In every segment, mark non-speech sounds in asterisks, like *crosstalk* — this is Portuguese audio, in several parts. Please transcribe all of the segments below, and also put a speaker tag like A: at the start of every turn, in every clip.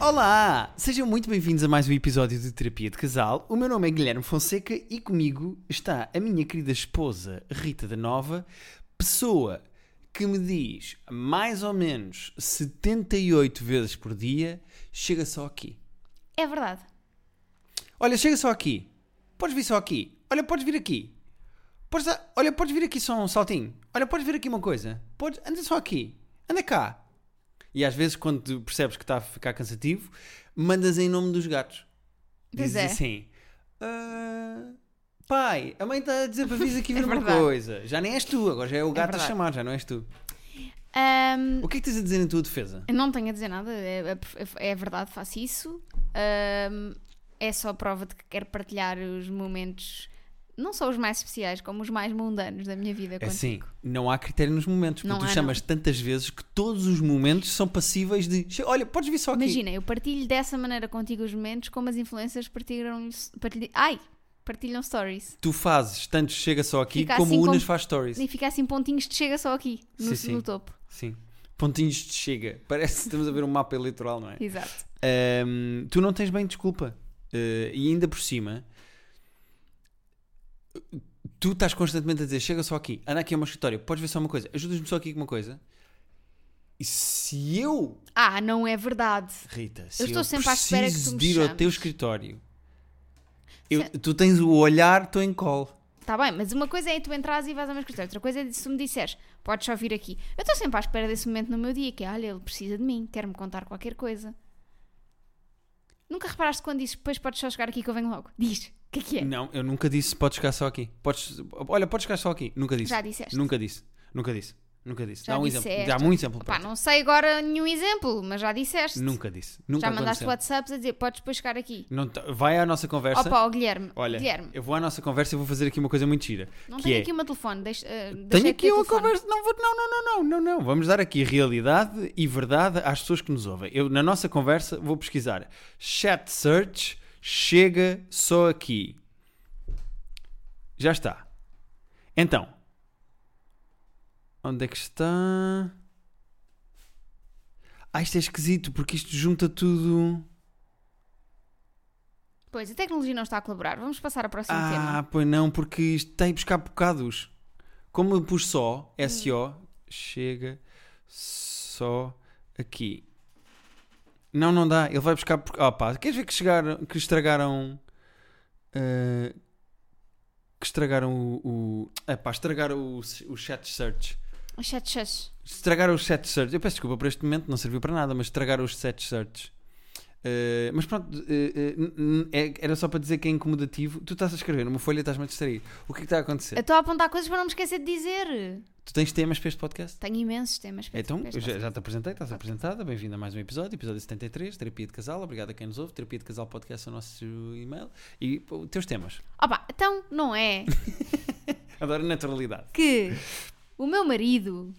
A: Olá! Sejam muito bem-vindos a mais um episódio de Terapia de Casal. O meu nome é Guilherme Fonseca e comigo está a minha querida esposa Rita da Nova, pessoa que me diz mais ou menos 78 vezes por dia: chega só aqui.
B: É verdade.
A: Olha, chega só aqui. Podes vir só aqui. Olha, podes vir aqui. Podes dar- Olha, podes vir aqui só um saltinho. Olha, podes vir aqui uma coisa. Podes... Anda só aqui. Anda cá. E às vezes, quando tu percebes que está a ficar cansativo, mandas em nome dos gatos.
B: Pois
A: Dizes
B: é.
A: assim: "Ah, Pai, a mãe está a dizer para vir aqui ver
B: *laughs* É
A: uma
B: verdade.
A: coisa. Já nem és tu, agora já é o gato a
B: verdade.
A: chamar, já não és tu.
B: Ahm,
A: O que é que tens a dizer em tua defesa?
B: não tenho a dizer nada, é, é- é verdade, faço isso. Ahm, é só prova de que quero partilhar os momentos, não só os mais especiais, como os mais mundanos da minha vida.
A: É
B: quando
A: assim,
B: fico.
A: não há critério nos momentos, porque
B: Não
A: tu
B: há, não.
A: chamas tantas vezes que todos os momentos são passíveis de. "Che- Olha, podes vir só aqui.
B: Imagina, eu partilho dessa maneira contigo os momentos como as influências partilham. Partilham, ai! Partilham stories.
A: Tu fazes tanto chega só aqui
B: Fica
A: como
B: assim
A: o Unas
B: como-
A: faz stories.
B: E fica assim pontinhos de chega só aqui, no,
A: Sim, sim.
B: no topo.
A: Sim. Pontinhos de chega. *laughs* Parece que estamos a ver um mapa eleitoral, não é?
B: Exato.
A: Ahm, tu não tens bem desculpa. Eh, e ainda por cima, tu estás constantemente a dizer: chega só aqui, anda aqui ao meu escritório, podes ver só uma coisa, ajudas-me só aqui com uma coisa. E se eu,
B: Ah, não é verdade.
A: Rita, se eu,
B: Eu estou sempre à
A: preciso
B: espera que tu me
A: de ir ao
B: chames.
A: teu escritório, eu- tu tens o olhar, estou em colo.
B: Tá bem, mas uma coisa é tu entras e vais ao meu escritório, outra coisa é se tu me disseres, podes só vir aqui. Eu estou sempre à espera desse momento no meu dia, que é, olha, ele precisa de mim, quer-me contar qualquer coisa. Nunca reparaste quando dizes, depois podes só chegar aqui que eu venho logo. Diz, o que é que é?
A: Não, eu nunca disse podes chegar só aqui. Podes, olha, podes chegar só aqui. Nunca disse.
B: Já disseste.
A: Nunca disse. Nunca disse. Nunca disse.
B: Já
A: Dá um exemplo.
B: disseste.
A: Dá um exemplo.
B: Pá,
A: pronto.
B: não sei agora nenhum exemplo, mas já disseste.
A: Nunca disse. Nunca
B: já mandaste
A: aconteceu.
B: WhatsApps a dizer, podes depois chegar aqui.
A: Não tá- Vai à nossa conversa.
B: Opa, ó Guilherme,
A: olha,
B: Guilherme,
A: eu vou à nossa conversa e vou fazer aqui uma coisa muito gira.
B: não
A: que
B: tenho
A: é,
B: aqui o meu telefone, deixa, eh,
A: Tenho
B: deixei
A: aqui
B: o
A: uma
B: telefone.
A: conversa. Não, vou- não, não, não, não, não, não. Vamos dar aqui realidade e verdade às pessoas que nos ouvem. Eu, na nossa conversa, vou pesquisar chat search chega só aqui. Já está. Então, onde é que está? Ah, isto é esquisito porque isto junta tudo.
B: Pois, a tecnologia não está a colaborar, vamos passar ao próximo
A: Ah,
B: tema.
A: pois não, porque isto tem que buscar bocados. Como eu pus só,
B: Hum.
A: SO, chega só aqui. Não, não dá. Ele vai buscar. Por... Ah, pá, queres ver que, chegaram, que estragaram. ah, que estragaram o. o... Ah, pá, estragaram o, o chat search.
B: Chat, chat.
A: Estragaram os set search. Eu peço desculpa por este momento, não serviu para nada, mas estragaram os set search. Eh, mas pronto, eh, eh, n- n- é- era só para dizer que é incomodativo. Tu estás a escrever numa folha e estás-me a distrair. O que é que está a acontecer?
B: Eu Estou a apontar coisas para não me esquecer de dizer.
A: Tu tens temas para este podcast?
B: Tenho imensos temas para
A: Então,
B: para este
A: eu já,
B: podcast.
A: já te apresentei, estás apresentada. Bem-vindo a mais um episódio, episódio 73, Terapia de Casal. Obrigado a quem nos ouve. Terapia de Casal Podcast é o nosso e-mail. E pô, teus temas.
B: Opa, então não é
A: Adoro naturalidade.
B: que o meu marido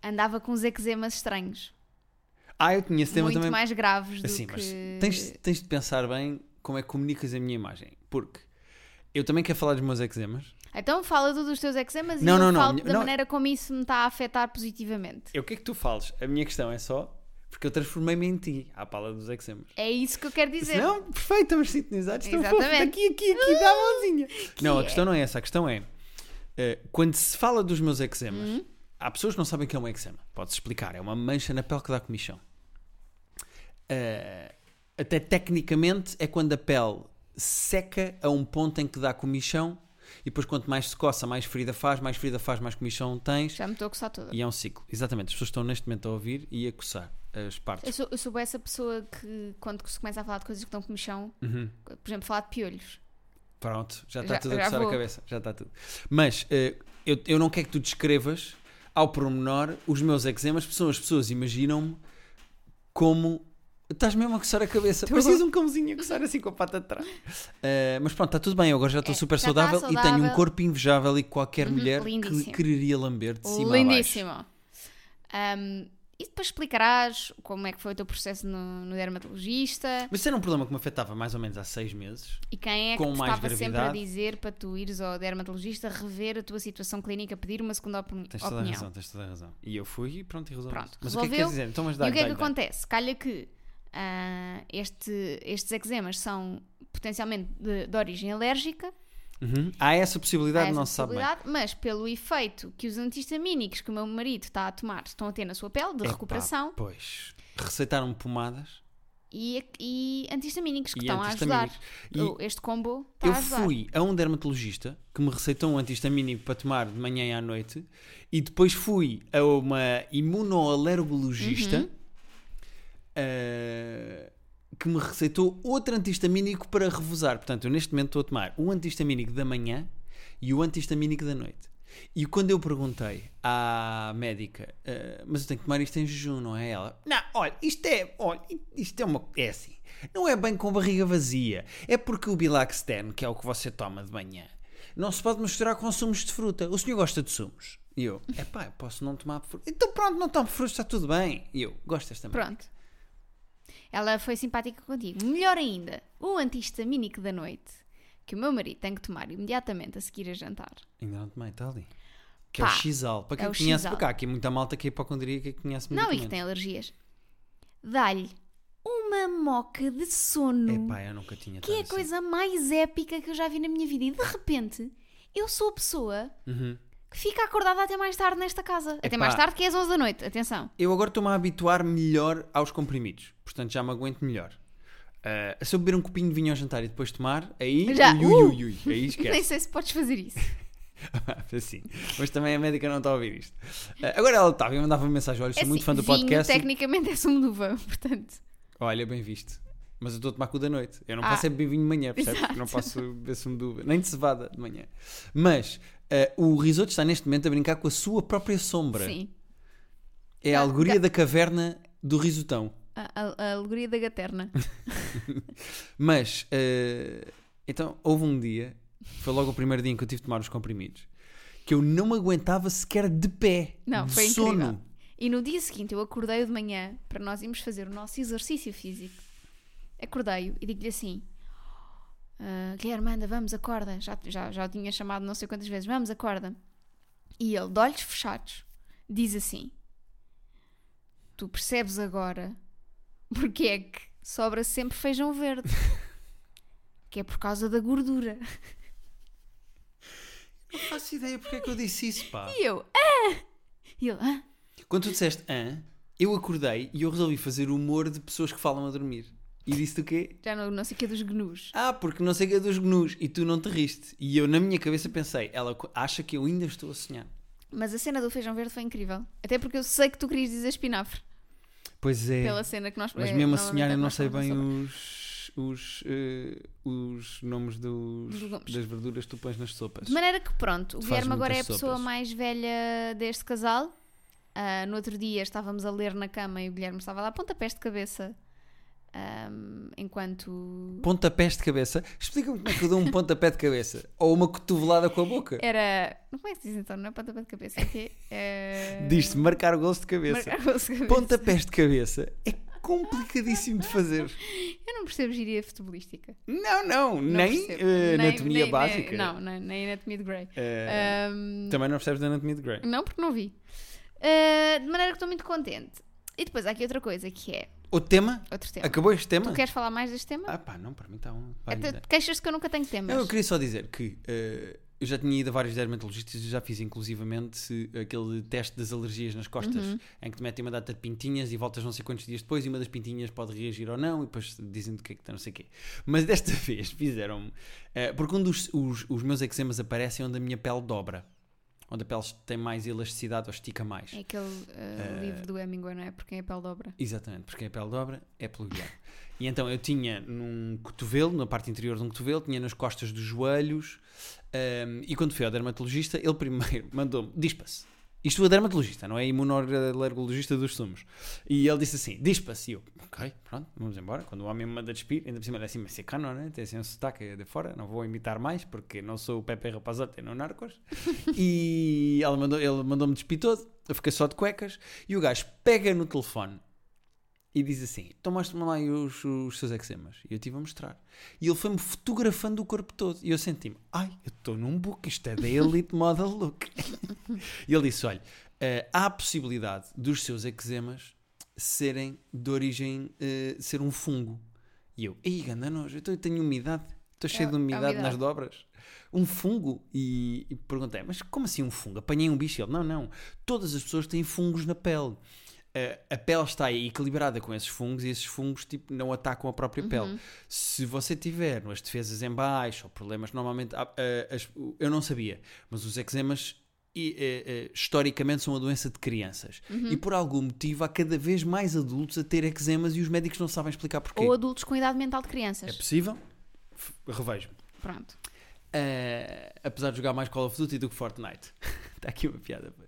B: andava com uns eczemas estranhos,
A: Ah, eu tinha esse tema
B: muito
A: também.
B: mais graves do
A: Assim,
B: que...
A: mas tens, tens de pensar bem como é que comunicas a minha imagem. Porque eu também quero falar dos meus eczemas.
B: Então fala tu dos teus eczemas
A: Não,
B: e eu
A: não, não,
B: falo da
A: não.
B: maneira como isso me está a afetar positivamente.
A: É o que é que tu falas? A minha questão é só porque eu transformei-me em ti à pala dos eczemas.
B: É isso que eu quero dizer.
A: Não, perfeito, estamos sintonizados. Estamos
B: Exatamente.
A: aqui, um aqui, aqui, dá a
B: *laughs*
A: mãozinha. Não, a
B: é?
A: questão não é essa. A questão é eh, quando se fala dos meus eczemas,
B: Hum?
A: há pessoas que não sabem o que é um eczema. Pode-se explicar, é uma mancha na pele que dá comichão. Eh, até tecnicamente é quando a pele seca a um ponto em que dá comichão e depois quanto mais se coça, mais ferida faz, mais ferida faz, mais comichão tens.
B: Já me estou a coçar toda.
A: E é um ciclo. Exatamente. As pessoas estão neste momento a ouvir e a coçar as
B: Eu
A: partes.
B: sou, eu sou essa pessoa que quando se começa a falar de coisas que estão com mexão,
A: Uhum.
B: por exemplo, falar de piolhos.
A: Pronto, já está
B: Já-
A: tudo a
B: já
A: coçar a
B: vou.
A: cabeça. Já está tudo. Mas eh, eu, eu não quero que tu descrevas ao pormenor os meus eczemas, porque são as pessoas imaginam-me como. Estás mesmo a coçar a cabeça. Precisas um cãozinho a coçar assim com a pata de trás. Eh, mas pronto, está tudo bem. Eu agora já estou
B: É,
A: super
B: já está
A: saudável, e tenho um
B: saudável. Uhum,
A: corpo invejável e qualquer mulher que
B: lindíssimo.
A: quereria lamber de cima a baixo.
B: Lindíssimo. Ahm, E depois explicarás como é que foi o teu processo no, no dermatologista
A: Mas isso era um problema que me afetava mais ou menos há seis meses.
B: e quem é que
A: Com
B: te
A: mais
B: estava sempre a
A: gravidade.
B: dizer para tu ires ao dermatologista rever a tua situação clínica, pedir uma segunda opini-
A: Tens toda a
B: opinião.
A: razão, tens toda a razão. E eu fui e pronto, e resolvi.
B: Pronto,
A: mas o que é que queres
B: resolveu.
A: dizer? Então, mas
B: e
A: dá,
B: o que é
A: dá,
B: que
A: dá.
B: acontece? Calha que ah, este- estes eczemas são potencialmente de, de origem alérgica,
A: Uhum. Há essa possibilidade,
B: há essa
A: não se sabe bem.
B: possibilidade, mas pelo efeito que os antihistamínicos que o meu marido está a tomar estão a ter na sua pele de
A: Epá,
B: recuperação
A: Pois. Receitaram pomadas
B: e, e antihistamínicos que
A: e
B: estão a ajudar.
A: antihistamínicos. E
B: Oh, este combo está
A: eu
B: a ajudar.
A: fui a um dermatologista que me receitou um antihistamínico para tomar de manhã e à noite e depois fui a uma imunoalergologista eh, que me receitou outro antihistamínico para revisar. Portanto, eu neste momento estou a tomar o antihistamínico da manhã e o antihistamínico da noite. E quando eu perguntei à médica, "Ah, mas eu tenho que tomar isto em jejum, não é? Ela, não, olha, isto é, olha, isto é uma, é assim, não é bem com barriga vazia, é porque o Bilaxten, que é o que você toma de manhã, não se pode misturar com sumos de fruta. O senhor gosta de sumos? E eu, epá, eu posso não tomar fruta. Então pronto, não tomo fruta, está tudo bem. E eu, gosto desta merda.
B: Pronto. Ela foi simpática contigo. Melhor ainda, o antihistamínico da noite que o meu marido tem que tomar imediatamente a seguir a jantar.
A: Ainda não tomei, está ali. Que é o
B: Pá,
A: Xal. Para quem
B: é o
A: conhece,
B: Xizal.
A: para cá, aqui muita malta que é hipocondríaca que conhece muito.
B: Não, e que tem alergias. Dá-lhe uma moca de sono.
A: Epá, eu nunca tinha
B: que é a
A: tanto assim.
B: coisa mais épica que eu já vi na minha vida. E de repente, eu sou a pessoa
A: Uhum.
B: que fica acordada até mais tarde nesta casa. Até
A: Epá.
B: mais tarde, que é às 11 da noite. Atenção.
A: Eu agora estou-me a habituar melhor aos comprimidos, portanto já me aguento melhor. Ah, se eu beber um copinho de vinho ao jantar e depois tomar, aí.
B: Já,
A: Ui,
B: uh!
A: ui, ui, ui, aí
B: *laughs* Nem
A: esquece.
B: sei se podes fazer isso.
A: assim. *laughs* Mas também a médica não está a ouvir isto. Ah, agora ela estava e mandava mensagem: olha, sou
B: É
A: muito
B: assim,
A: fã do
B: vinho,
A: podcast.
B: tecnicamente é sumo de uva, *laughs* portanto.
A: Olha, bem visto. Mas eu estou a tomar cu da noite. Eu não
B: Ah.
A: posso é beber vinho de manhã, percebes?
B: Exato.
A: Não posso beber sumo de uva, nem de cevada de manhã. Mas ah, o risoto está neste momento a brincar com a sua própria sombra.
B: Sim.
A: É a
B: Ah,
A: alegoria da caverna do risotão.
B: A, a- a alegoria
A: *laughs*
B: da gaterna.
A: Mas, eh, então, houve um dia, foi logo o primeiro dia em que eu tive de tomar os comprimidos, que eu não me aguentava sequer de pé.
B: Não,
A: de
B: foi
A: sono.
B: incrível. E no dia seguinte eu acordei de manhã para nós irmos fazer o nosso exercício físico. Acordei-o e digo-lhe assim: "Ah, Guilherme, anda, vamos, acorda. Já, já, já o tinha chamado não sei quantas vezes, vamos, acorda. E ele, de olhos fechados, diz assim: Tu percebes agora porque é que sobra sempre
A: *laughs*
B: feijão verde? que é por causa da gordura.
A: Não faço ideia porque é que eu disse isso, pá.
B: E eu, ah! E ele, ah!
A: Quando tu disseste hã, eu acordei e eu resolvi fazer humor de pessoas que falam a dormir. E disse-te o quê?
B: Já não, não sei o que é dos gnus.
A: Ah, porque não sei o que é dos gnus e tu não te riste. E eu, na minha cabeça, pensei, ela co- acha que eu ainda estou a sonhar.
B: Mas a cena do feijão verde foi incrível. Até porque eu sei que tu querias dizer espinafre.
A: Pois é.
B: Pela cena que nós
A: Mas
B: é,
A: mesmo a
B: normalmente
A: sonhar
B: é
A: eu
B: que
A: não
B: nós
A: sei
B: falamos
A: bem
B: sobre.
A: os, os, eh, os nomes dos,
B: Dos legumes.
A: das verduras que tu pões nas sopas.
B: De maneira que pronto, o
A: Tu fazes
B: Guilherme agora é a
A: muitas
B: pessoa
A: sopas.
B: mais velha deste casal. Ah, no outro dia estávamos a ler na cama e o Guilherme estava lá a pontapés de cabeça. ahm, enquanto
A: Pontapés de cabeça. Explica-me como é que eu dou um pontapé de cabeça. Ou uma cotovelada com a boca.
B: era. Como é que se diz então? Não é pontapé de cabeça? É que é.
A: Diz-se marcar gols de cabeça.
B: Marcava-se cabeça.
A: Pontapés de cabeça é complicadíssimo de fazer.
B: Eu não percebo gíria futebolística.
A: Não, não.
B: Não
A: nem
B: percebo.
A: eh,
B: Nem-
A: anatomia
B: nem- nem-
A: básica.
B: não, nem, nem anatomia de Grey.
A: Eh,
B: Ahm,
A: Também não percebes da anatomia de Grey.
B: Não, porque não vi. Uh, de maneira que estou muito contente. E depois há aqui outra coisa que é
A: O tema?
B: outro tema.
A: Acabou este tema?
B: Tu queres falar mais deste tema?
A: Ah pá, não, para mim está um. vai
B: Até
A: ainda.
B: te Queixas-te que eu nunca tenho temas.
A: Não, eu queria só dizer que eh, eu já tinha ido a vários dermatologistas e já fiz inclusivamente aquele teste das alergias nas costas,
B: Uhum.
A: em que te metem uma data de pintinhas e voltas não sei quantos dias depois e uma das pintinhas pode reagir ou não e depois dizem do que é que está, não sei o quê. Mas desta *laughs* vez fizeram-me, eh, porque onde os, os- os meus eczemas aparecem onde a minha pele dobra, onde a pele tem mais elasticidade ou estica mais.
B: É aquele
A: Ah.
B: uh, livro do Hemingway, não é? Porque é pele dobra.
A: Exatamente, porque a pele dobra é pelo guiar. *laughs* E então eu tinha num cotovelo, na parte interior de um cotovelo, tinha nas costas dos joelhos. hum, e quando fui ao dermatologista, ele primeiro *laughs* mandou-me: dispa-se. Isto é dermatologista, não é imunoalergologista dos sumos. E ele disse assim: dispa-se. E eu, ok, pronto, vamos embora. Quando o homem me manda despir, ainda por cima ele é assim mexicano, né? tem assim um sotaque de fora, não vou imitar mais porque não sou o Pepe Rapazote no Narcos. e ele mandou- ele mandou-me despir todo, eu fiquei só de cuecas. E o gajo pega no telefone e diz assim: Então mostra-me lá aí os, os seus eczemas. E eu estive a mostrar. E ele foi-me fotografando o corpo todo. E eu senti-me: Ai, eu estou num book, isto é da Elite Model Look. e ele disse: Olha, eh, há a possibilidade dos seus eczemas serem de origem, eh, ser um fungo. E eu: Ei, ganda nojo, então eu tenho umidade. Estou cheio
B: É-
A: de
B: é
A: umidade, nas
B: umidade.
A: dobras. Um fungo? E, e perguntei: Mas como assim um fungo? Apanhei um bicho? Ele: Não, não. Todas as pessoas têm fungos na pele a- a pele está aí equilibrada com esses fungos e esses fungos tipo, não atacam a própria
B: Uhum.
A: pele. Se você tiver as defesas em baixo ou problemas, normalmente há- a- as- o- eu não sabia, mas os eczemas e, eh, eh, historicamente são uma doença de crianças e por algum motivo há cada vez mais adultos a ter eczemas e os médicos não sabem explicar porquê.
B: Ou adultos com idade mental de
A: É
B: crianças.
A: possível? F- Revejo-me.
B: Pronto.
A: Eh, apesar de jogar mais Call of Duty do que Fortnite. *laughs* Está aqui uma piada. pá.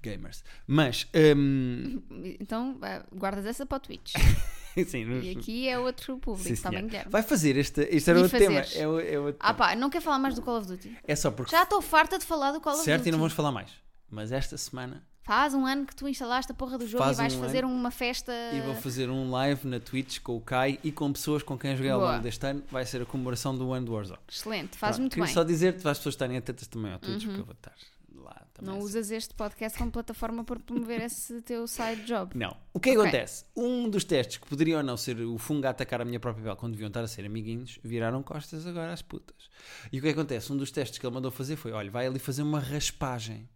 A: Gamers. Mas, ehm,
B: Então ah, guardas essa para o Twitch.
A: *laughs* sim, nos- *laughs*
B: E aqui é outro
A: Sim,
B: público, está bem,
A: senhor.
B: Guilherme?
A: Vai fazer este. Este era
B: Vi
A: outro tema.
B: fazeres.
A: É, o- é outro
B: Ah
A: tema.
B: pá, não quero falar mais do Call of Duty.
A: É só porque.
B: Já estou farta de falar do Call of
A: certo,
B: Duty.
A: e não vamos falar mais. Mas esta semana
B: Faz um ano que tu instalaste a porra do jogo
A: Faz
B: e vais
A: um
B: fazer uma festa.
A: eu vou fazer um live na Twitch com o Kai e com pessoas com quem eu joguei ao
B: Boa.
A: longo deste ano. Vai ser a comemoração do ano do Warzone.
B: Excelente, faz
A: Pronto,
B: muito
A: queria
B: bem. Uhum.
A: só dizer-te para as pessoas estarem atentas também ao Twitch, porque eu vou estar lá também.
B: Não
A: assim.
B: usas este podcast como plataforma para promover esse teu side
A: *laughs*
B: job.
A: Não. O que é que
B: Ok.
A: acontece? Um dos testes que poderia ou não ser o fungo a atacar a minha própria pele quando deviam estar a ser amiguinhos, viraram costas agora às putas. E o que é que acontece? Um dos testes que ele mandou fazer foi: olha, vai ali fazer uma raspagem.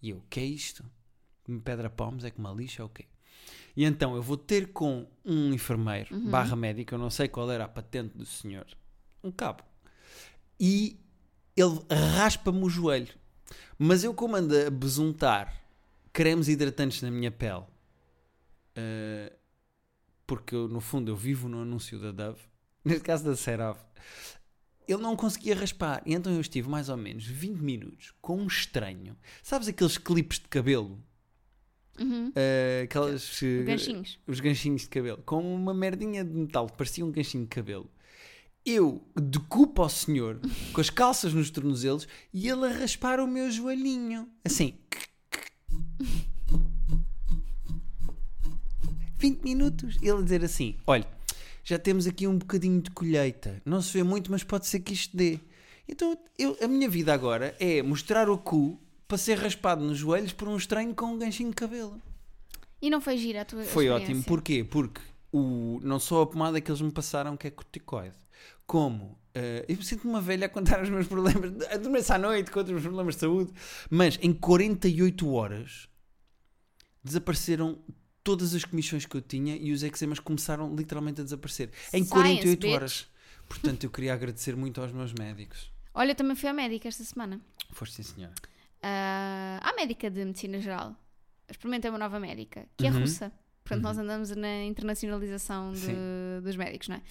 A: E eu, que é isto? Me pedra palmos, é que uma lixa, ou o quê? E então eu vou ter com um enfermeiro, barra médico, eu não sei qual era a patente do senhor, um cabo. E ele raspa-me o joelho. Mas eu, como ando a besuntar cremes hidratantes na minha pele, eh, porque eu, no fundo eu vivo no anúncio da Dove, *laughs* neste caso da Cerave, ele não conseguia raspar. E então eu estive mais ou menos 20 minutos com um estranho. Sabes aqueles clipes de cabelo?
B: Uhum.
A: Eh, aquelas, eh,
B: Ganchinhos.
A: os ganchinhos de cabelo, com uma merdinha de metal, que parecia um ganchinho de cabelo. Eu decupo ao senhor com as calças nos tornozelos e ele a raspar o meu joelhinho. Assim. 20 minutos. Ele a dizer assim: Olha, já temos aqui um bocadinho de colheita. Não se vê muito, mas pode ser que isto dê. Então eu, a minha vida agora é mostrar o cu para ser raspado nos joelhos por um estranho com um ganchinho de cabelo.
B: E não foi gira a tua
A: Foi
B: experiência?
A: ótimo. Porquê? Porque o, não só a pomada que eles me passaram que é corticoide, como eh, eu sinto-me uma velha a contar os meus problemas, a dormir-se à noite, conto os meus problemas de saúde, mas em 48 horas desapareceram todas as comissões que eu tinha e os eczemas começaram literalmente a desaparecer. Em
B: Science,
A: 48
B: bitch.
A: horas. Portanto, eu queria agradecer muito aos meus médicos.
B: Olha, eu também fui à médica esta semana.
A: Foste sim, senhora.
B: Ah, à médica de medicina geral. Experimentei uma nova médica, que é
A: Uhum.
B: russa. Portanto, nós andamos na internacionalização de-
A: Sim.
B: dos médicos, não é?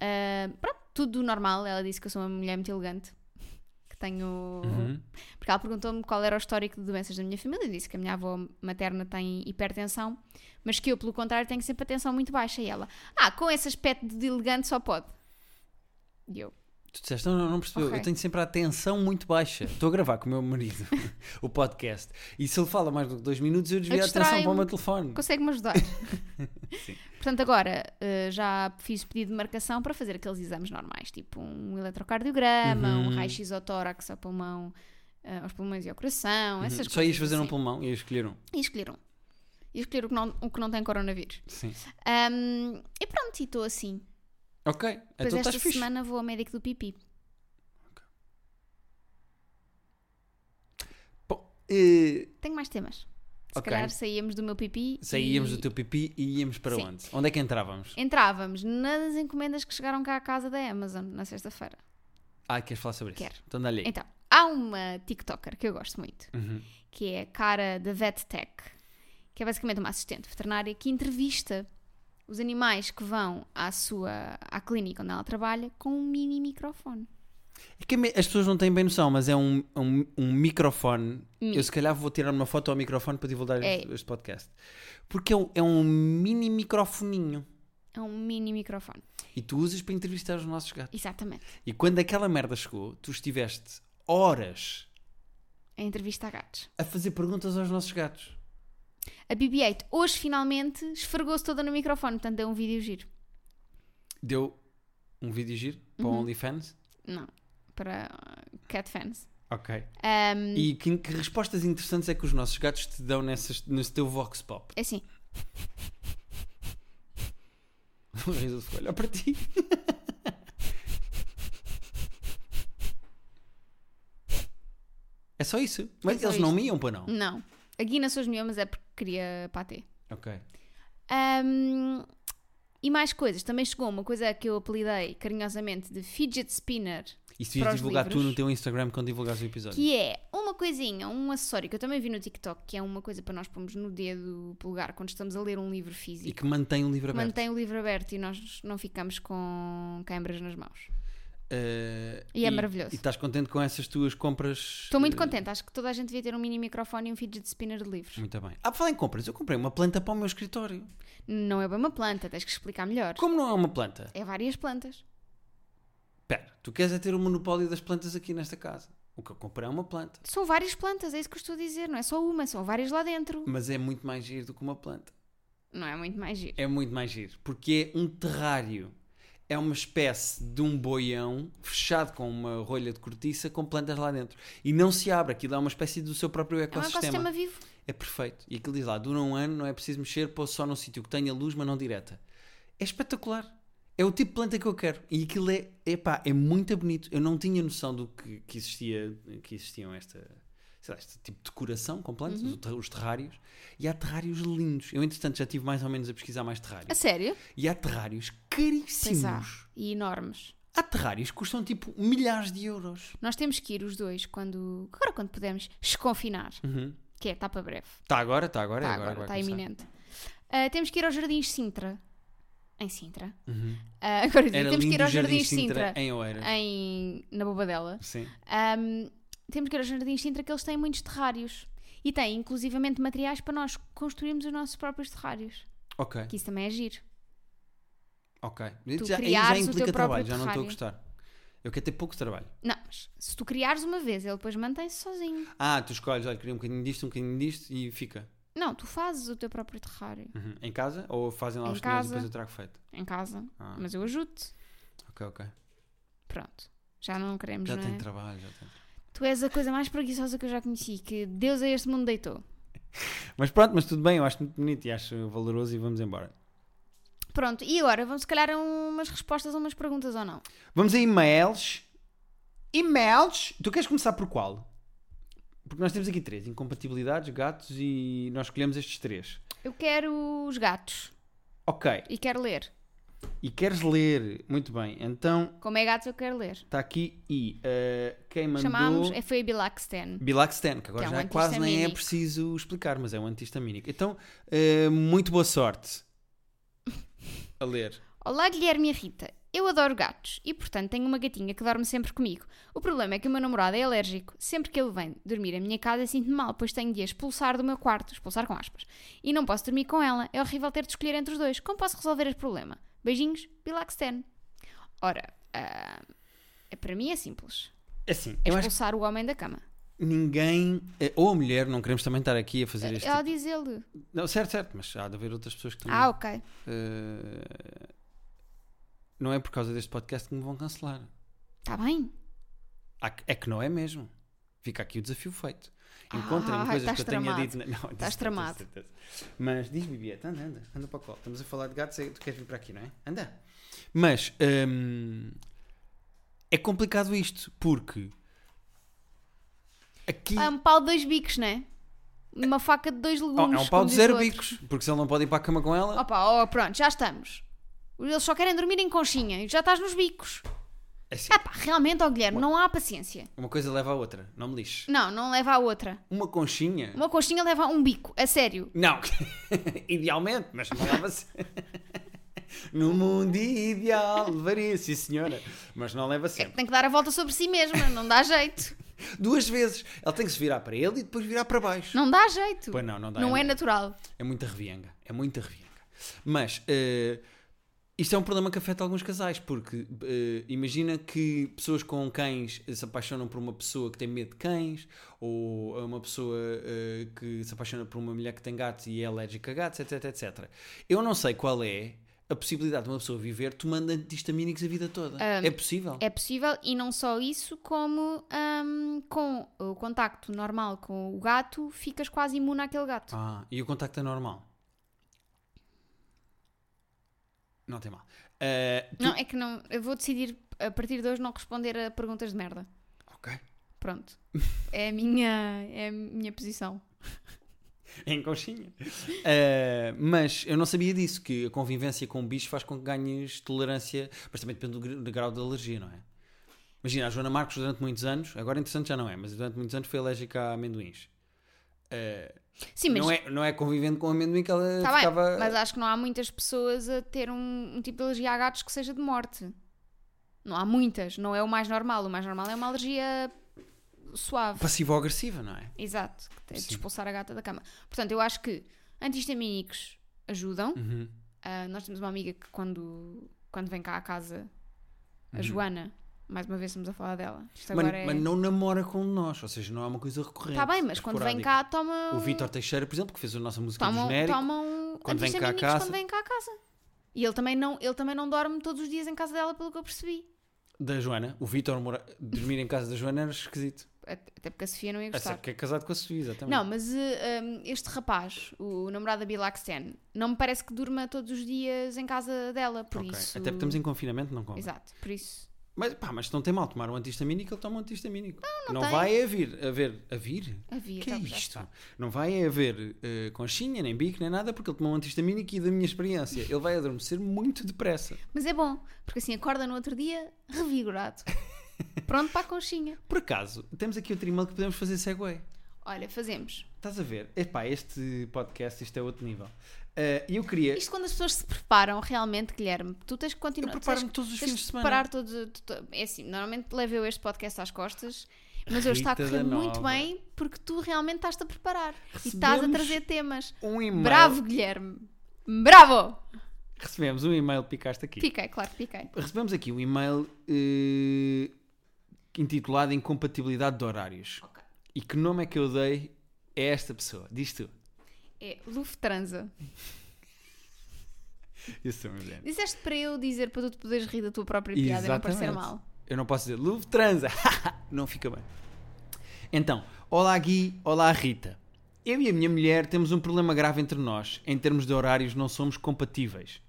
B: Ah, pronto, tudo normal. Ela disse que eu sou uma mulher muito elegante. *laughs* Que tenho.
A: Uhum.
B: Porque ela perguntou-me qual era o histórico de doenças da minha família. Eu disse que a minha avó materna tem hipertensão, mas que eu, pelo contrário, tenho sempre a tensão muito baixa. E ela, ah, com esse aspecto de elegante só pode. E eu,
A: Tu disseste, não, não, não percebeu.
B: Ok.
A: Eu tenho sempre a atenção muito baixa. Estou a gravar com o meu marido *laughs* o podcast. E se ele fala mais do que dois minutos, eu desvio
B: Eu
A: a atenção para o
B: distraio-me.
A: meu telefone.
B: consegue-me
A: *laughs*
B: ajudar? Portanto, agora eh, já fiz pedido de marcação para fazer aqueles exames normais, tipo um eletrocardiograma, um
A: Uhum.
B: raio-x ao tórax, ao pulmão, eh, aos pulmões e ao coração, essas coisas.
A: Só ias fazer
B: assim.
A: um pulmão e escolher um.
B: E escolher um. E escolher o que não, o que não tem coronavírus.
A: Sim.
B: Ahm, e pronto, e estou assim.
A: Ok.
B: Depois
A: então estás
B: esta
A: fixe.
B: semana vou ao médico do pipi.
A: Bom, eh,
B: Tenho mais temas. Se
A: Ok.
B: calhar saíamos do meu pipi.
A: saíamos
B: e
A: do teu pipi e íamos para
B: Sim.
A: onde? Onde é que entrávamos?
B: Entrávamos nas encomendas que chegaram cá à casa da Amazon na sexta-feira.
A: Ah, queres falar sobre isso?
B: Quero.
A: Então dá-lhe aí.
B: Então, há uma TikToker que eu gosto muito.
A: Uhum.
B: que é a cara da VetTech, que é basicamente uma assistente veterinária que entrevista os animais que vão à sua à clínica onde ela trabalha com um mini microfone.
A: É que me- as pessoas não têm bem noção, mas é um, um, um microfone. Eu se calhar vou tirar uma foto ao microfone para divulgar
B: É.
A: este, este podcast. Porque é um, é um mini microfoninho.
B: É um mini microfone.
A: E tu usas para entrevistar os nossos gatos.
B: Exatamente.
A: E quando aquela merda chegou, tu estiveste horas
B: A entrevista a gatos.
A: a fazer perguntas aos nossos gatos.
B: A BB-8 hoje finalmente esfregou-se toda no microfone, portanto deu um vídeo giro.
A: Deu um vídeo giro para
B: Uhum.
A: o OnlyFans.
B: Não, para uh, cat fans.
A: Ok.
B: Uhum. Ahm,
A: E que, que respostas interessantes é que os nossos gatos te dão nessas, nesse teu vox pop? *laughs*
B: É assim,
A: O riso ficou a olhar para ti. É só isso. Mas
B: só Hum.
A: eles não me iam para não.
B: não. A Guina sou meu, mas é porque queria patê.
A: Ok.
B: Ahm, e mais coisas. Também chegou uma coisa que eu apelidei carinhosamente de fidget spinner,
A: E se ias
B: Para os
A: divulgar tu
B: livros.
A: no teu Instagram quando divulgares o episódio?
B: que é uma coisinha, um acessório que eu também vi no TikTok, que é uma coisa para nós pormos no dedo polegar quando estamos a ler um livro
A: E
B: físico.
A: que mantém o livro aberto.
B: Mantém o livro aberto e nós não ficamos com câimbras nas mãos.
A: Eh,
B: E é maravilhoso.
A: E estás contente com essas tuas compras?
B: Estou muito
A: eh,
B: contente, acho que toda a gente devia ter um mini microfone e um fidget spinner de livros.
A: Muito bem. Ah, por falar em compras, eu comprei uma planta para o meu escritório.
B: Não é bem uma planta, tens que explicar melhor.
A: Como não é uma planta?
B: É várias plantas.
A: Pera, tu queres é ter o monopólio das plantas aqui nesta casa. O que eu comprei é uma planta.
B: São várias plantas, é isso que eu estou a dizer, não é só uma, são várias lá dentro.
A: Mas é muito mais giro do que uma planta.
B: Não é muito mais giro.
A: É muito mais giro. Porque é um terrário. É uma espécie de um boião fechado com uma rolha de cortiça com plantas lá dentro. E não se abre. Aquilo é uma espécie do seu próprio
B: É um ecossistema vivo.
A: É perfeito. E aquilo diz lá, dura um ano, não é preciso mexer, pôs só num sítio que tenha luz, mas não direta. É espetacular. É o tipo de planta que eu quero. E aquilo é, epá, é muito bonito. Eu não tinha noção do que, que existia, que existiam esta, sei lá, este tipo de decoração com plantas,
B: Uhum.
A: o ter- os terrários. E há terrários lindos. Eu, entretanto, já estive mais ou menos a pesquisar mais
B: A
A: terrários.
B: sério?
A: E há terrários
B: Pois há.
A: caríssimos.
B: E enormes.
A: Há terrários que custam tipo milhares de euros.
B: Nós temos que ir os dois quando. Agora quando pudermos desconfinar.
A: Uhum.
B: Que é, está para breve.
A: Está agora, está agora, é
B: Está
A: agora,
B: Tá agora,
A: vai
B: está
A: começar.
B: iminente. Ah, temos que ir aos Jardins Sintra. Em Sintra. Ah, agora eu digo,
A: Uhum. Era
B: temos que ir
A: lindo
B: aos
A: o Jardim
B: Jardins
A: Sintra,
B: Sintra.
A: em Oeiras.
B: Em... Na Bobadela.
A: Sim.
B: Ahm, temos que ir aos Jardins Sintra que eles têm muitos terrários. E têm inclusivamente materiais para nós construirmos os nossos próprios terrários.
A: Ok.
B: Que isso também é giro.
A: Ok. já,
B: Tu
A: aí já
B: criares o
A: implica
B: teu próprio
A: trabalho, já não estou a
B: terrário.
A: gostar. Eu quero ter pouco trabalho.
B: Não, mas se tu criares uma vez, ele depois mantém-se sozinho.
A: Ah, tu escolhes, olha, queria um bocadinho disto, um bocadinho disto e fica.
B: Não, tu fazes o teu próprio terrário
A: Uhum. Em casa? Ou fazem lá
B: Em
A: os senhores e
B: casa.
A: depois eu trago feito?
B: em casa,
A: Ah,
B: mas eu ajudo-te.
A: ok, ok.
B: Pronto. Já não queremos,
A: Já
B: não
A: tenho
B: é?
A: trabalho, já tenho.
B: Tu és a coisa mais preguiçosa que eu já conheci, que Deus a este mundo deitou.
A: Mas pronto, mas tudo bem, eu acho muito bonito e acho valoroso e vamos embora.
B: Pronto, e agora vamos se calhar a umas respostas a umas perguntas ou não?
A: Vamos a e-mails. E-mails? Tu queres começar por qual? Porque nós temos aqui três: incompatibilidades, gatos e nós escolhemos estes três.
B: Eu quero os gatos
A: Ok.
B: e quero ler.
A: E queres ler? Muito bem. Então
B: Como é gatos, eu quero ler.
A: está aqui e eh, quem mandou.
B: Chamámos, é, foi a Bilaxten.
A: Bilaxten, que agora
B: Que é um
A: já quase nem é
B: antihistamínico.
A: preciso explicar, mas é um antihistamínico. Então, eh, muito boa sorte a ler.
B: Olá Guilherme e Rita. Eu adoro gatos e, portanto, tenho uma gatinha que dorme sempre comigo. O problema é que o meu namorado é alérgico. Sempre que ele vem dormir à minha casa, sinto-me mal, pois tenho de a expulsar do meu quarto expulsar com aspas e não posso dormir com ela. É horrível ter de escolher entre os dois. Como posso resolver este problema? Beijinhos, Bilaxten. Ora, ah, é para mim é simples.
A: Assim,
B: É
A: eu acho
B: expulsar o homem da cama.
A: que ninguém, eh, ou a mulher, não queremos também estar aqui a fazer este.
B: Ela diz ele.
A: tipo- Não, certo, certo, mas há de haver outras pessoas que também.
B: Ah, ok.
A: eh, não é por causa deste podcast que me vão cancelar.
B: Está Tá bem.
A: Há que- É que não é mesmo. Fica aqui o desafio feito. Encontrem
B: Ah,
A: coisas
B: estás
A: que eu tenha
B: tramado.
A: dito. na- Não, disse-
B: Estás
A: disse-
B: tramado.
A: disse- disse. Mas diz, Bibieta, anda, anda, anda para o colo. Estamos a falar de gatos, é- tu queres vir para aqui, não é? Anda. Mas hum, é complicado isto, porque aqui
B: É um pau de dois bicos, não é? Uma faca de dois
A: Oh,
B: legumes.
A: é um pau
B: como
A: de
B: diz o
A: zero
B: outro.
A: bicos, porque se ele não pode ir para a cama com ela,
B: Opa, oh, pronto, já estamos. Eles só querem dormir em conchinha e já estás nos bicos.
A: é assim,
B: Ah pá, realmente, ó Guilherme, não há paciência.
A: uma coisa leva à outra, não me lixe.
B: Não, não leva a outra.
A: Uma conchinha.
B: Uma
A: *laughs*
B: conchinha leva a um bico, a sério.
A: Não, idealmente, mas não leva-se. é *laughs* No mundo ideal, levaria, sim senhora. Mas não leva sempre.
B: Tem que dar a volta sobre si mesma, não dá jeito.
A: Duas vezes. Ela tem que se virar para ele e depois virar para baixo.
B: Não dá jeito.
A: Pois não, não dá.
B: Não é
A: muito-
B: natural.
A: é muita revianga. É muita revianga. Mas eh, isto é um problema que afeta alguns casais, porque eh, imagina que pessoas com cães se apaixonam por uma pessoa que tem medo de cães, ou uma pessoa eh, que se apaixona por uma mulher que tem gatos e é alérgica a gatos, etc, etc. Eu não sei qual é a possibilidade de uma pessoa viver tomando antihistamínicos a vida toda. é possível?
B: É possível e não só isso, como hum, com o contacto normal com o gato, ficas quase imune àquele gato.
A: Ah, e o contacto é normal? Não tem mal. Eh, tu-
B: Não, é que não. Eu vou decidir a partir de hoje não responder a perguntas de merda.
A: Ok. *laughs*
B: Pronto. É a minha, é a minha posição.
A: *laughs* Em conchinha. Eh, mas eu não sabia disso, que a convivência com o bicho faz com que ganhes tolerância, mas também depende do gr- do grau de alergia, não é? Imagina, a Joana Marcos durante muitos anos, agora interessante já não é, mas durante muitos anos foi alérgica a amendoins. Eh,
B: Sim, mas
A: não, é, não é convivendo com amendoim que ela
B: Tá
A: ficava...
B: bem, mas acho que não há muitas pessoas a ter um, um tipo de alergia a gatos que seja de morte. Não há muitas, não é o mais normal. O mais normal é uma alergia suave.
A: Passiva ou agressiva, não é?
B: Exato, que é de
A: Sim.
B: expulsar a gata da cama. Portanto, eu acho que antihistamínicos ajudam.
A: Uhum.
B: Ah, nós temos uma amiga que quando, quando vem cá à casa, a Joana, mais uma vez estamos a falar dela. Isto
A: Uhum. Mas,
B: agora é...
A: mas não namora com nós, ou seja, não é uma coisa recorrente.
B: Está bem, mas quando vem
A: esporádica.
B: cá um- toma
A: O
B: um-
A: Vítor Teixeira, por exemplo, que fez a nossa música do
B: tomam,
A: genérico.
B: tomam
A: quando vem cá à
B: antihistamínicos
A: casa.
B: quando vêm cá à casa. E ele também, não, ele também não dorme todos os dias em casa dela, pelo que eu percebi.
A: da Joana, o Vítor mora... dormir em casa da Joana era esquisito.
B: Até até porque a Sofia não ia
A: É
B: gostar.
A: que é casado com a Sofia, exatamente.
B: Não, mas eh, um, este rapaz, o namorado da Bilaxen, não me parece que durma todos os dias em casa dela, por
A: Ok,
B: isso...
A: Até porque estamos em confinamento, não come.
B: Exato, por isso...
A: Mas, pá, mas não tem mal tomar um antihistamínico, ele toma um antihistamínico. Não,
B: tem.
A: vai haver, haver, haver?
B: Havia,
A: que é
B: talvez,
A: isto?
B: pá.
A: Não vai haver eh, conchinha, nem bico, nem nada, porque ele tomou um antihistamínico e da minha experiência, ele vai adormecer muito depressa.
B: Mas é bom, porque assim acorda no outro dia
A: *laughs*
B: revigorado. Pronto para a conchinha.
A: Por acaso, temos aqui outro e-mail que podemos fazer segue.
B: Olha, fazemos.
A: Estás a ver? Epá, este podcast, isto é outro nível. Eh, E eu queria...
B: Isto quando as pessoas se preparam realmente, Guilherme, tu tens que continuar.
A: Eu
B: tu
A: preparo-me
B: tens que-
A: todos os
B: tens
A: fins
B: que
A: de semana.
B: Preparar todo, todo- é assim, normalmente levo eu este podcast às costas, mas hoje está a
A: Rita
B: correr
A: da
B: muito
A: Nova.
B: bem porque tu realmente estás-te a preparar e estás a
A: Recebemos
B: trazer temas.
A: Um e-mail...
B: Bravo, Guilherme! Bravo!
A: Recebemos um e-mail, picaste aqui.
B: Piquei, claro que piquei.
A: Recebemos aqui um e-mail eh, intitulado Incompatibilidade de Horários.
B: Ok.
A: E que nome é que eu dei a esta pessoa? Diz tu.
B: É Lufthansa.
A: Isso é mesmo.
B: Disseste para eu dizer para tu te poderes rir da tua própria piada e não parecer mal.
A: Eu não posso dizer Luve transa. *laughs* não fica bem. Então, olá Gui, olá Rita. Eu e a minha mulher temos um problema grave entre nós. Em termos de horários, não somos compatíveis.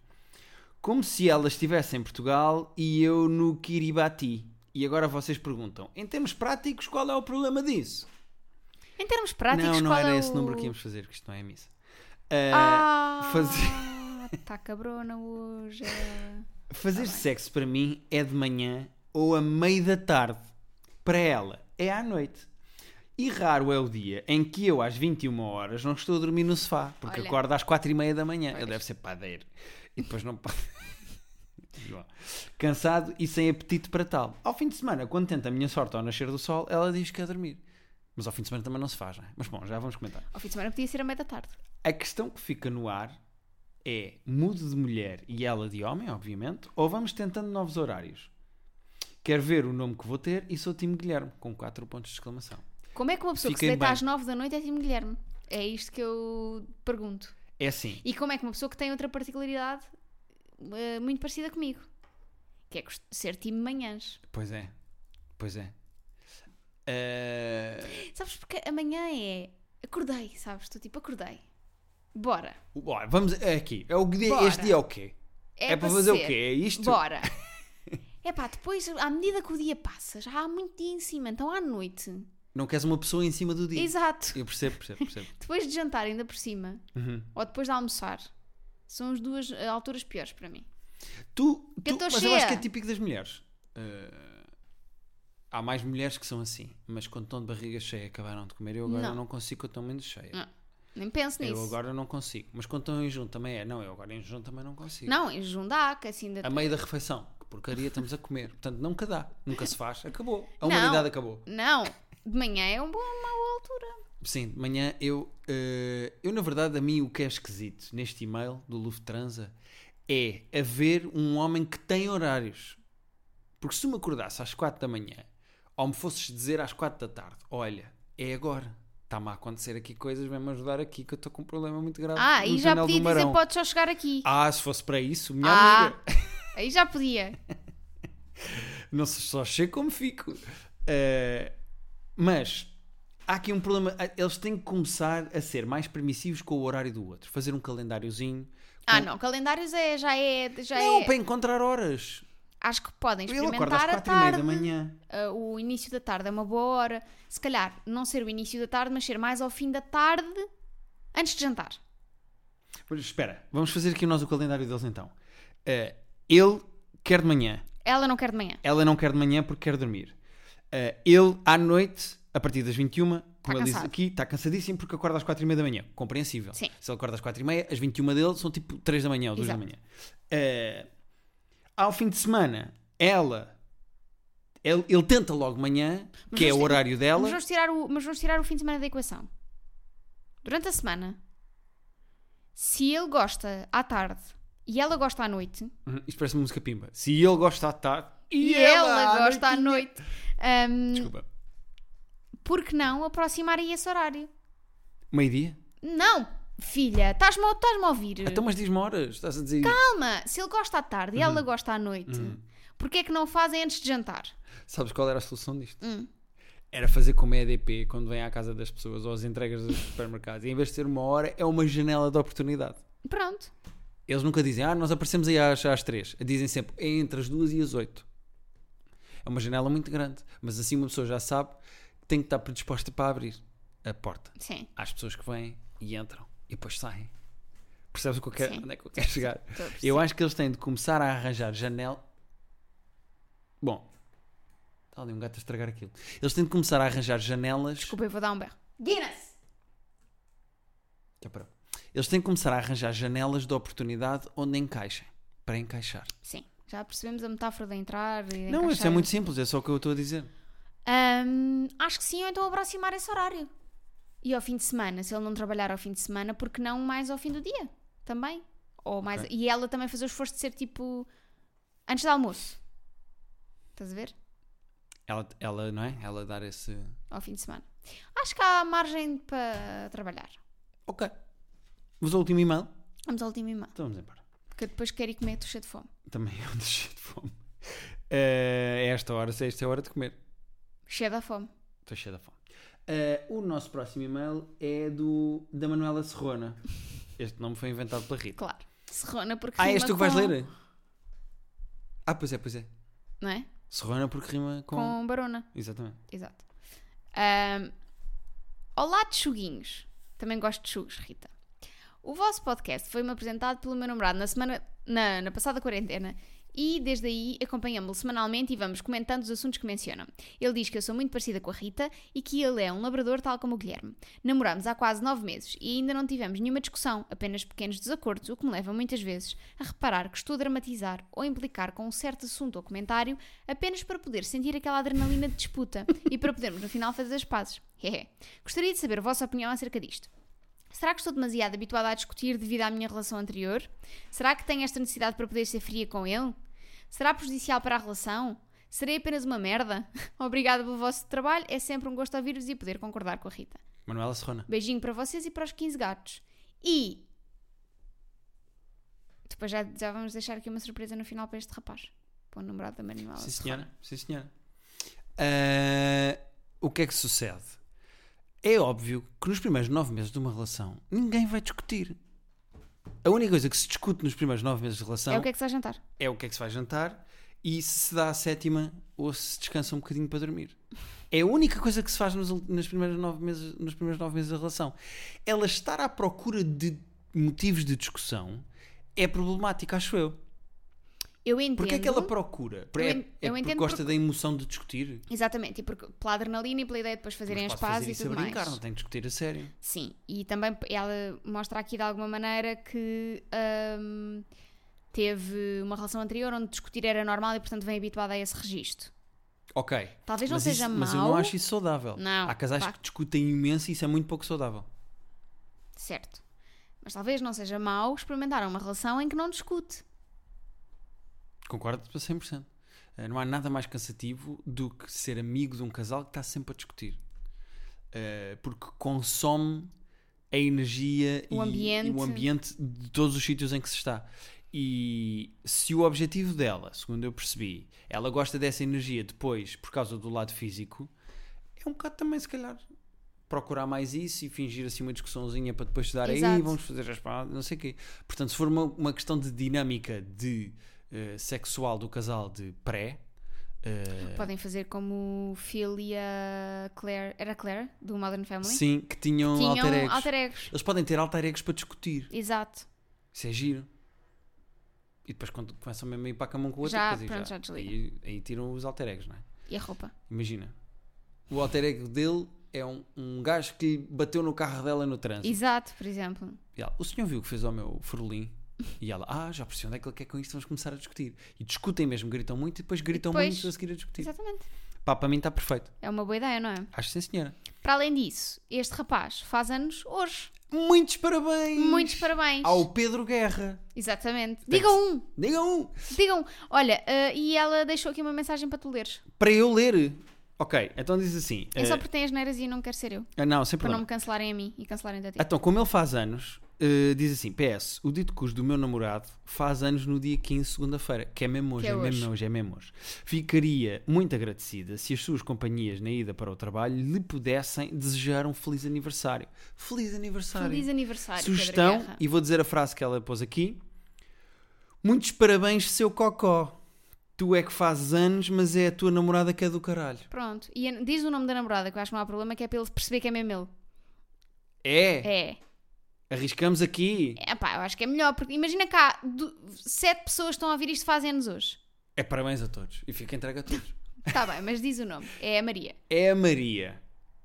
A: Como se ela estivesse em Portugal e eu no Kiribati. E agora vocês perguntam: em termos práticos, qual é o problema disso?
B: Em termos práticos,
A: não, não
B: qual
A: era
B: é
A: esse
B: o...
A: número que íamos fazer, que isto não é missa. Ah,
B: Ah,
A: fazer-
B: Tá
A: *laughs*
B: cabrona hoje.
A: fazer
B: tá
A: sexo para mim é de manhã ou a meio da tarde. Para ela é à noite. E raro é o dia em que eu, às 21 horas, não estou a dormir no sofá, porque
B: Olha.
A: acordo às 4 e meia da manhã. Ele
B: Pois.
A: deve ser padeiro. E depois não pode. *laughs* João. Cansado e sem apetite para tal. Ao fim de semana, quando tento a minha sorte ao nascer do sol, ela diz que é dormir. Mas ao fim de semana também não se faz, não é? Mas bom, já vamos comentar.
B: Ao fim de semana podia ser a meia da tarde.
A: A questão que fica no ar é: mudo de mulher e ela de homem, obviamente, ou vamos tentando novos horários? Quero ver o nome que vou ter e sou time Guilherme, com 4 pontos de exclamação.
B: Como é que uma pessoa que se
A: Fiquem
B: deita
A: bem.
B: às 9 da noite é time Guilherme? É isto que eu pergunto.
A: É assim,
B: E como é que uma pessoa que tem outra particularidade eh, muito parecida comigo? Que é cost- ser time manhãs.
A: pois é, pois é. Eh,
B: Sabes porque amanhã é. Acordei, sabes? Estou tipo, acordei. Bora.
A: bora, vamos é aqui. É o dia-
B: Bora.
A: este dia é o quê? É, para fazer
B: ser.
A: o quê? É isto?
B: Bora! *laughs* É pá, depois, à medida que o dia passa, já há muito dia em cima, então à noite.
A: Não queres uma pessoa em cima do dia?
B: Exato.
A: Eu percebo, percebo, percebo.
B: Depois de jantar, ainda por cima,
A: *laughs* Uhum.
B: ou depois de almoçar, são as duas eh, alturas piores para mim.
A: Tu,
B: Que eu
A: tu-
B: tô
A: mas eu
B: cheia.
A: acho que é típico das mulheres. Eh, há mais mulheres que são assim, mas quando estão de barriga cheia acabaram de comer, eu agora
B: Não.
A: não, consigo, eu estou menos cheia.
B: Não. Nem penso
A: Eu
B: nisso.
A: agora não consigo. Mas quando estão em junho também é. Não, eu agora em junho também não consigo.
B: Não, em junho dá, que assim ainda.
A: A meio da refeição. Que porcaria estamos a comer. Portanto, nunca dá. Nunca se faz. Acabou. A
B: Não.
A: humanidade acabou.
B: Não, de manhã é um bom, uma boa altura.
A: Sim, de manhã eu. eh, eu, na verdade, a mim o que é esquisito neste e-mail do Lufthansa é haver um homem que tem horários. Porque se me acordasse às 4 da manhã ou me fosses dizer às 4 da tarde: olha, é agora. Está-me a acontecer aqui coisas, vem-me ajudar aqui que eu estou com um problema muito grave.
B: Ah,
A: no
B: e já
A: túnel do
B: podia dizer
A: Marão."
B: podes só chegar aqui.
A: Ah, se fosse para isso, minha
B: Ah.
A: amiga.
B: Aí já podia.
A: Não sei, só sei como fico. Eh, mas há aqui um problema. Eles têm que começar a ser mais permissivos com o horário do outro. Fazer um calendáriozinho.
B: Ah, não, calendários é, já é. Já
A: Então- Não,
B: é
A: para encontrar horas.
B: Acho que podem
A: Ele acorda às
B: experimentar a
A: quatro e meia da
B: tarde.
A: manhã.
B: Ah, o início da tarde é uma boa hora. Se calhar não ser o início da tarde, mas ser mais ao fim da tarde antes de jantar.
A: Mas espera, vamos fazer aqui nós o calendário deles então. Eh, ele quer de manhã.
B: Ela não quer de manhã.
A: Ela não quer de manhã porque quer dormir. Eh, ele, à noite, a partir das 21, como ele diz
B: Tá cansado.
A: aqui, está cansadíssimo porque acorda às 4 e meia da manhã. Compreensível.
B: Sim.
A: Se ele acorda às 4 e meia, as 21 dele são tipo 3 da manhã ou 2 da
B: Exato.
A: manhã. Eh, ao fim de semana, ela. Ele, ele tenta logo de manhã,
B: Mas
A: que é o
B: vamos-
A: horário dela.
B: Mas vamos, tirar o, mas vamos tirar o fim de semana da equação. Durante a semana, se ele gosta à tarde e ela gosta à noite,
A: Uhum, Isto parece uma música pimba. Se ele gosta tá, à tarde.
B: e, ela, gosta à noite, ahm,
A: Desculpa.
B: por que não aproximar aí esse horário?
A: Meio-dia?
B: Não, filha, estás-me a, estás-me a ouvir.
A: Então, mas diz-me horas. Estás a dizer.
B: Calma, se ele gosta à tarde e ela gosta à noite, porquê é que não o fazem antes de jantar?
A: Sabes qual era a solução disto?
B: Hum.
A: Era fazer como a EDP quando vem à casa das pessoas ou as entregas dos *laughs* supermercados. E em vez de ser uma hora, é uma janela de oportunidade.
B: Pronto.
A: Eles nunca dizem, ah, nós aparecemos aí às, às três. Dizem sempre, é entre as duas e as oito. É uma janela muito grande. Mas assim uma pessoa já sabe que tem que estar predisposta para abrir a porta
B: Sim.
A: às pessoas que vêm e entram e depois saem. Percebes o que eu quero,
B: Sim.
A: onde é que eu quero chegar?
B: estou a perceber.
A: Eu acho que eles têm de começar a arranjar janela. Bom, está ali um gato a estragar aquilo. Eles têm de começar a arranjar janelas.
B: Desculpa, eu vou dar um berro. Guinness!
A: Já parou. Eles têm de começar a arranjar janelas de oportunidade onde encaixem. Para encaixar.
B: Sim, já percebemos a metáfora de entrar e
A: Não, isso é
B: encaixar.
A: muito simples, é só o que eu estou a dizer.
B: Ahm, acho que sim, ou então aproximar esse horário. E ao fim de semana, se ele não trabalhar ao fim de semana, porque não mais ao fim do dia também? Ou mais,
A: Ok.
B: E ela também fazer o esforço de ser tipo antes do almoço. Estás a ver?
A: Ela, ela não é? Ela dar esse.
B: Ao fim de semana. Acho que há margem para trabalhar.
A: Ok. Vos o último e-mail?
B: Vamos ao último e-mail,
A: Então vamos embora.
B: porque eu depois quero ir comer, estou cheio de fome.
A: Também *laughs* eu ando cheio de fome. É esta hora, se esta é a hora de comer.
B: Cheio da fome.
A: Estou cheio da fome. Eh, o nosso próximo e-mail é do da Manuela Serrona. Este nome foi inventado pela Rita.
B: Claro. Serrona porque
A: Ah,
B: rima
A: és tu que vais
B: com-
A: ler? Ah, pois é, pois é.
B: Não é?
A: Serrona porque rima com. um.
B: Com barona.
A: Exatamente.
B: Exato. Ahm, Olá, tchuguinhos. Também gosto de chugos, Rita. O vosso podcast foi-me apresentado pelo meu namorado na semana na, na passada quarentena e desde aí acompanhamos-lo semanalmente e vamos comentando os assuntos que mencionam. Ele diz que eu sou muito parecida com a Rita e que ele é um labrador tal como o Guilherme. Namoramos há quase nove meses e ainda não tivemos nenhuma discussão, apenas pequenos desacordos, o que me leva muitas vezes a reparar que estou a dramatizar ou implicar com um certo assunto ou comentário apenas para poder sentir aquela adrenalina de disputa e para podermos no final fazer as pazes. *laughs* Gostaria de saber a vossa opinião acerca disto. Será que estou demasiado habituada a discutir devido à minha relação anterior? Será que tenho esta necessidade para poder ser fria com ele? Será prejudicial para a relação? Serei apenas uma merda? *laughs* Obrigada pelo vosso trabalho, é sempre um gosto ouvir-vos e poder concordar com a Rita.
A: Manuela Serrona.
B: Beijinho para vocês e para os 15 gatos. E. Depois já, já vamos deixar aqui uma surpresa no final para este rapaz. Para o namorado da Manuela.
A: Sim,
B: Serrano.
A: senhora. Sim, senhora. Eh, o que é que sucede? É óbvio que nos primeiros nove meses de uma relação ninguém vai discutir. A única coisa que se discute nos primeiros nove meses de relação
B: É o que é que se vai jantar?
A: é o que é que se vai jantar e se se dá a sétima ou se se descansa um bocadinho para dormir. É a única coisa que se faz nos, ul- nas primeiras nove meses, nos primeiros nove meses da relação. Ela estar à procura de motivos de discussão é problemática, acho eu.
B: Eu entendo.
A: Porquê é que ela procura? Por-
B: Eu
A: É,
B: en-
A: é
B: eu
A: porque
B: entendo
A: gosta da emoção de discutir?
B: Exatamente, e porque, pela adrenalina e pela ideia de depois fazerem
A: Mas
B: as
A: pode fazer
B: pazes e
A: isso
B: tudo
A: a brincar,
B: mais.
A: não é? tem de discutir a sério.
B: Sim, e também p- ela mostra aqui de alguma maneira que hum, teve uma relação anterior onde discutir era normal e portanto vem habituada a esse registro.
A: Ok.
B: Talvez não
A: mas
B: seja
A: isso,
B: mau.
A: Mas eu não acho isso saudável.
B: Não,
A: Há casais
B: claro.
A: que discutem imenso e isso é muito pouco saudável.
B: Certo. Mas talvez não seja mau experimentar uma relação em que não discute.
A: Concordo a 100%. Eh, Não há nada mais cansativo do que ser amigo de um casal que está sempre a discutir. Eh, porque consome a energia
B: O
A: e-
B: ambiente.
A: e o ambiente de todos os sítios em que se está. E se o objetivo dela, segundo eu percebi, ela gosta dessa energia depois por causa do lado físico, é um bocado também, se calhar, procurar mais isso e fingir assim uma discussãozinha para depois dar aí,
B: Exato.
A: vamos fazer as paradas, não sei o quê. Portanto, se for uma, uma questão de dinâmica de eh, sexual do casal de pré, eh,
B: Podem fazer como o Phil e a Claire. Era a Claire? Do Modern Family?
A: sim, que tinham,
B: Tinham
A: alter egos.
B: alter egos.
A: Eles podem ter alter egos para discutir.
B: Exato.
A: Isso é giro. E depois quando começam mesmo a ir para a cama um com o outro,
B: Já,
A: quer dizer,
B: pronto, já desliga.
A: Aí, aí tiram os alter egos, não é?
B: E a roupa?
A: Imagina. O alter ego dele é um, um gajo que bateu no carro dela no trânsito.
B: Exato, por exemplo.
A: E ela, o senhor viu o que fez ao meu Frolim? E ela, ah, já percebi onde é que ele quer com isto, vamos começar a discutir. E discutem mesmo, gritam muito e depois gritam
B: depois-
A: muito a seguir a discutir.
B: Exatamente.
A: Pá, para mim está perfeito.
B: É uma boa ideia, não é?
A: Acho sim, senhora.
B: Para além disso, este rapaz faz anos hoje.
A: Muitos parabéns!
B: Muitos parabéns.
A: Ao Pedro Guerra.
B: Exatamente. Digam um,
A: Digam um!
B: digam um. Olha, ah, e ela deixou aqui uma mensagem para tu leres.
A: Para eu ler. Ok, então diz assim.
B: É só
A: eh,
B: porque tem as neiras e não quero ser eu.
A: ah, não, sem
B: Para não
A: problema.
B: me cancelarem a mim e cancelarem a ti.
A: Então, como ele faz anos, eh, diz assim: PS, o dito cujo do meu namorado faz anos no dia 15, segunda-feira, que é mesmo hoje,
B: Que
A: é,
B: é
A: mesmo hoje, é mesmo hoje. Ficaria muito agradecida se as suas companhias na ida para o trabalho lhe pudessem desejar um feliz aniversário. Feliz aniversário!
B: Feliz aniversário, Pedro
A: Sugestão,
B: Guerra.
A: e vou dizer a frase que ela pôs aqui: Muitos parabéns, seu Cocó. Tu é que fazes anos, mas é a tua namorada que é do caralho.
B: Pronto. E a- diz o nome da namorada, que eu acho que não há problema, que é para ele perceber que é mesmo ele.
A: É,
B: É.
A: arriscamos aqui.
B: É pá, eu acho que é melhor, porque imagina cá, do- sete pessoas estão a ouvir isto fazem anos hoje.
A: É parabéns a todos e fica entregue a todos.
B: Tá bem, mas diz o nome. É a Maria.
A: é a Maria.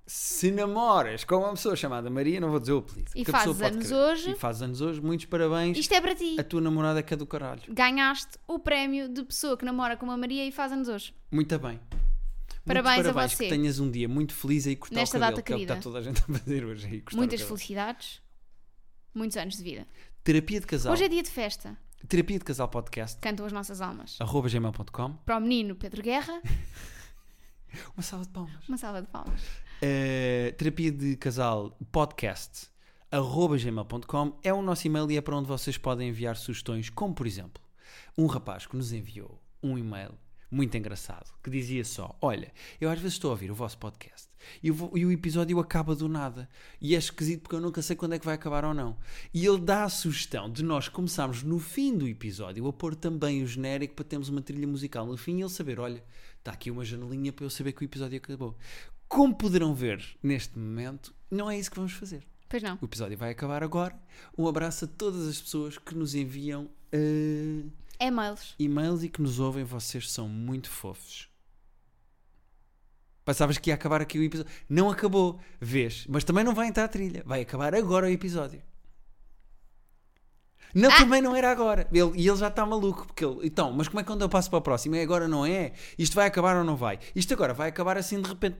A: Se namoras com uma pessoa chamada Maria, não vou dizer o apelido.
B: E
A: que a
B: fazes
A: pessoa pode
B: anos
A: querer.
B: hoje.
A: E fazes anos hoje, muitos parabéns.
B: Isto é para ti.
A: A tua namorada que é do caralho.
B: Ganhaste o prémio de pessoa que namora com uma Maria e faz anos hoje.
A: Muito bem.
B: Parabéns a
A: muitos parabéns,
B: você.
A: que tenhas um dia muito feliz aí cortar
B: Nesta
A: o cabelo,
B: data
A: que é o que está
B: querida.
A: toda a gente a fazer hoje aí, cortar
B: Muitas
A: o cabelo.
B: felicidades, muitos anos de vida.
A: Terapia de casal.
B: Hoje é dia de festa.
A: Terapia de casal podcast.
B: Cantam as nossas almas.
A: Arroba gmail.com.
B: Para o menino Pedro Guerra,
A: Uma salva de palmas.
B: uma salva de palmas.
A: Eh, terapia de casal podcast. Arroba gmail.com é o nosso e-mail e é para onde vocês podem enviar sugestões, como por exemplo, um rapaz que nos enviou um e-mail muito engraçado que dizia só: Olha, eu às vezes estou a ouvir o vosso podcast e o, vo- e o episódio acaba do nada e é esquisito porque eu nunca sei quando é que vai acabar ou não. E ele dá a sugestão de nós começarmos no fim do episódio a pôr também o genérico para termos uma trilha musical no fim e ele saber: Olha, está aqui uma janelinha para eu saber que o episódio acabou. Como poderão ver neste momento, não é isso que vamos fazer.
B: Pois não.
A: O episódio vai acabar agora. Um abraço a todas as pessoas que nos enviam eh,
B: É mails.
A: e-mails e que nos ouvem. Vocês são muito fofos. Pensavas que ia acabar aqui o episódio. Não acabou, vês. Mas também não vai entrar a trilha. Vai acabar agora o episódio. Não, também não era agora. Ele- e ele já está maluco. Porque ele, então, mas como é que quando eu passo para o próximo? É agora, não é? Isto vai acabar ou não vai? Isto agora vai acabar assim de repente.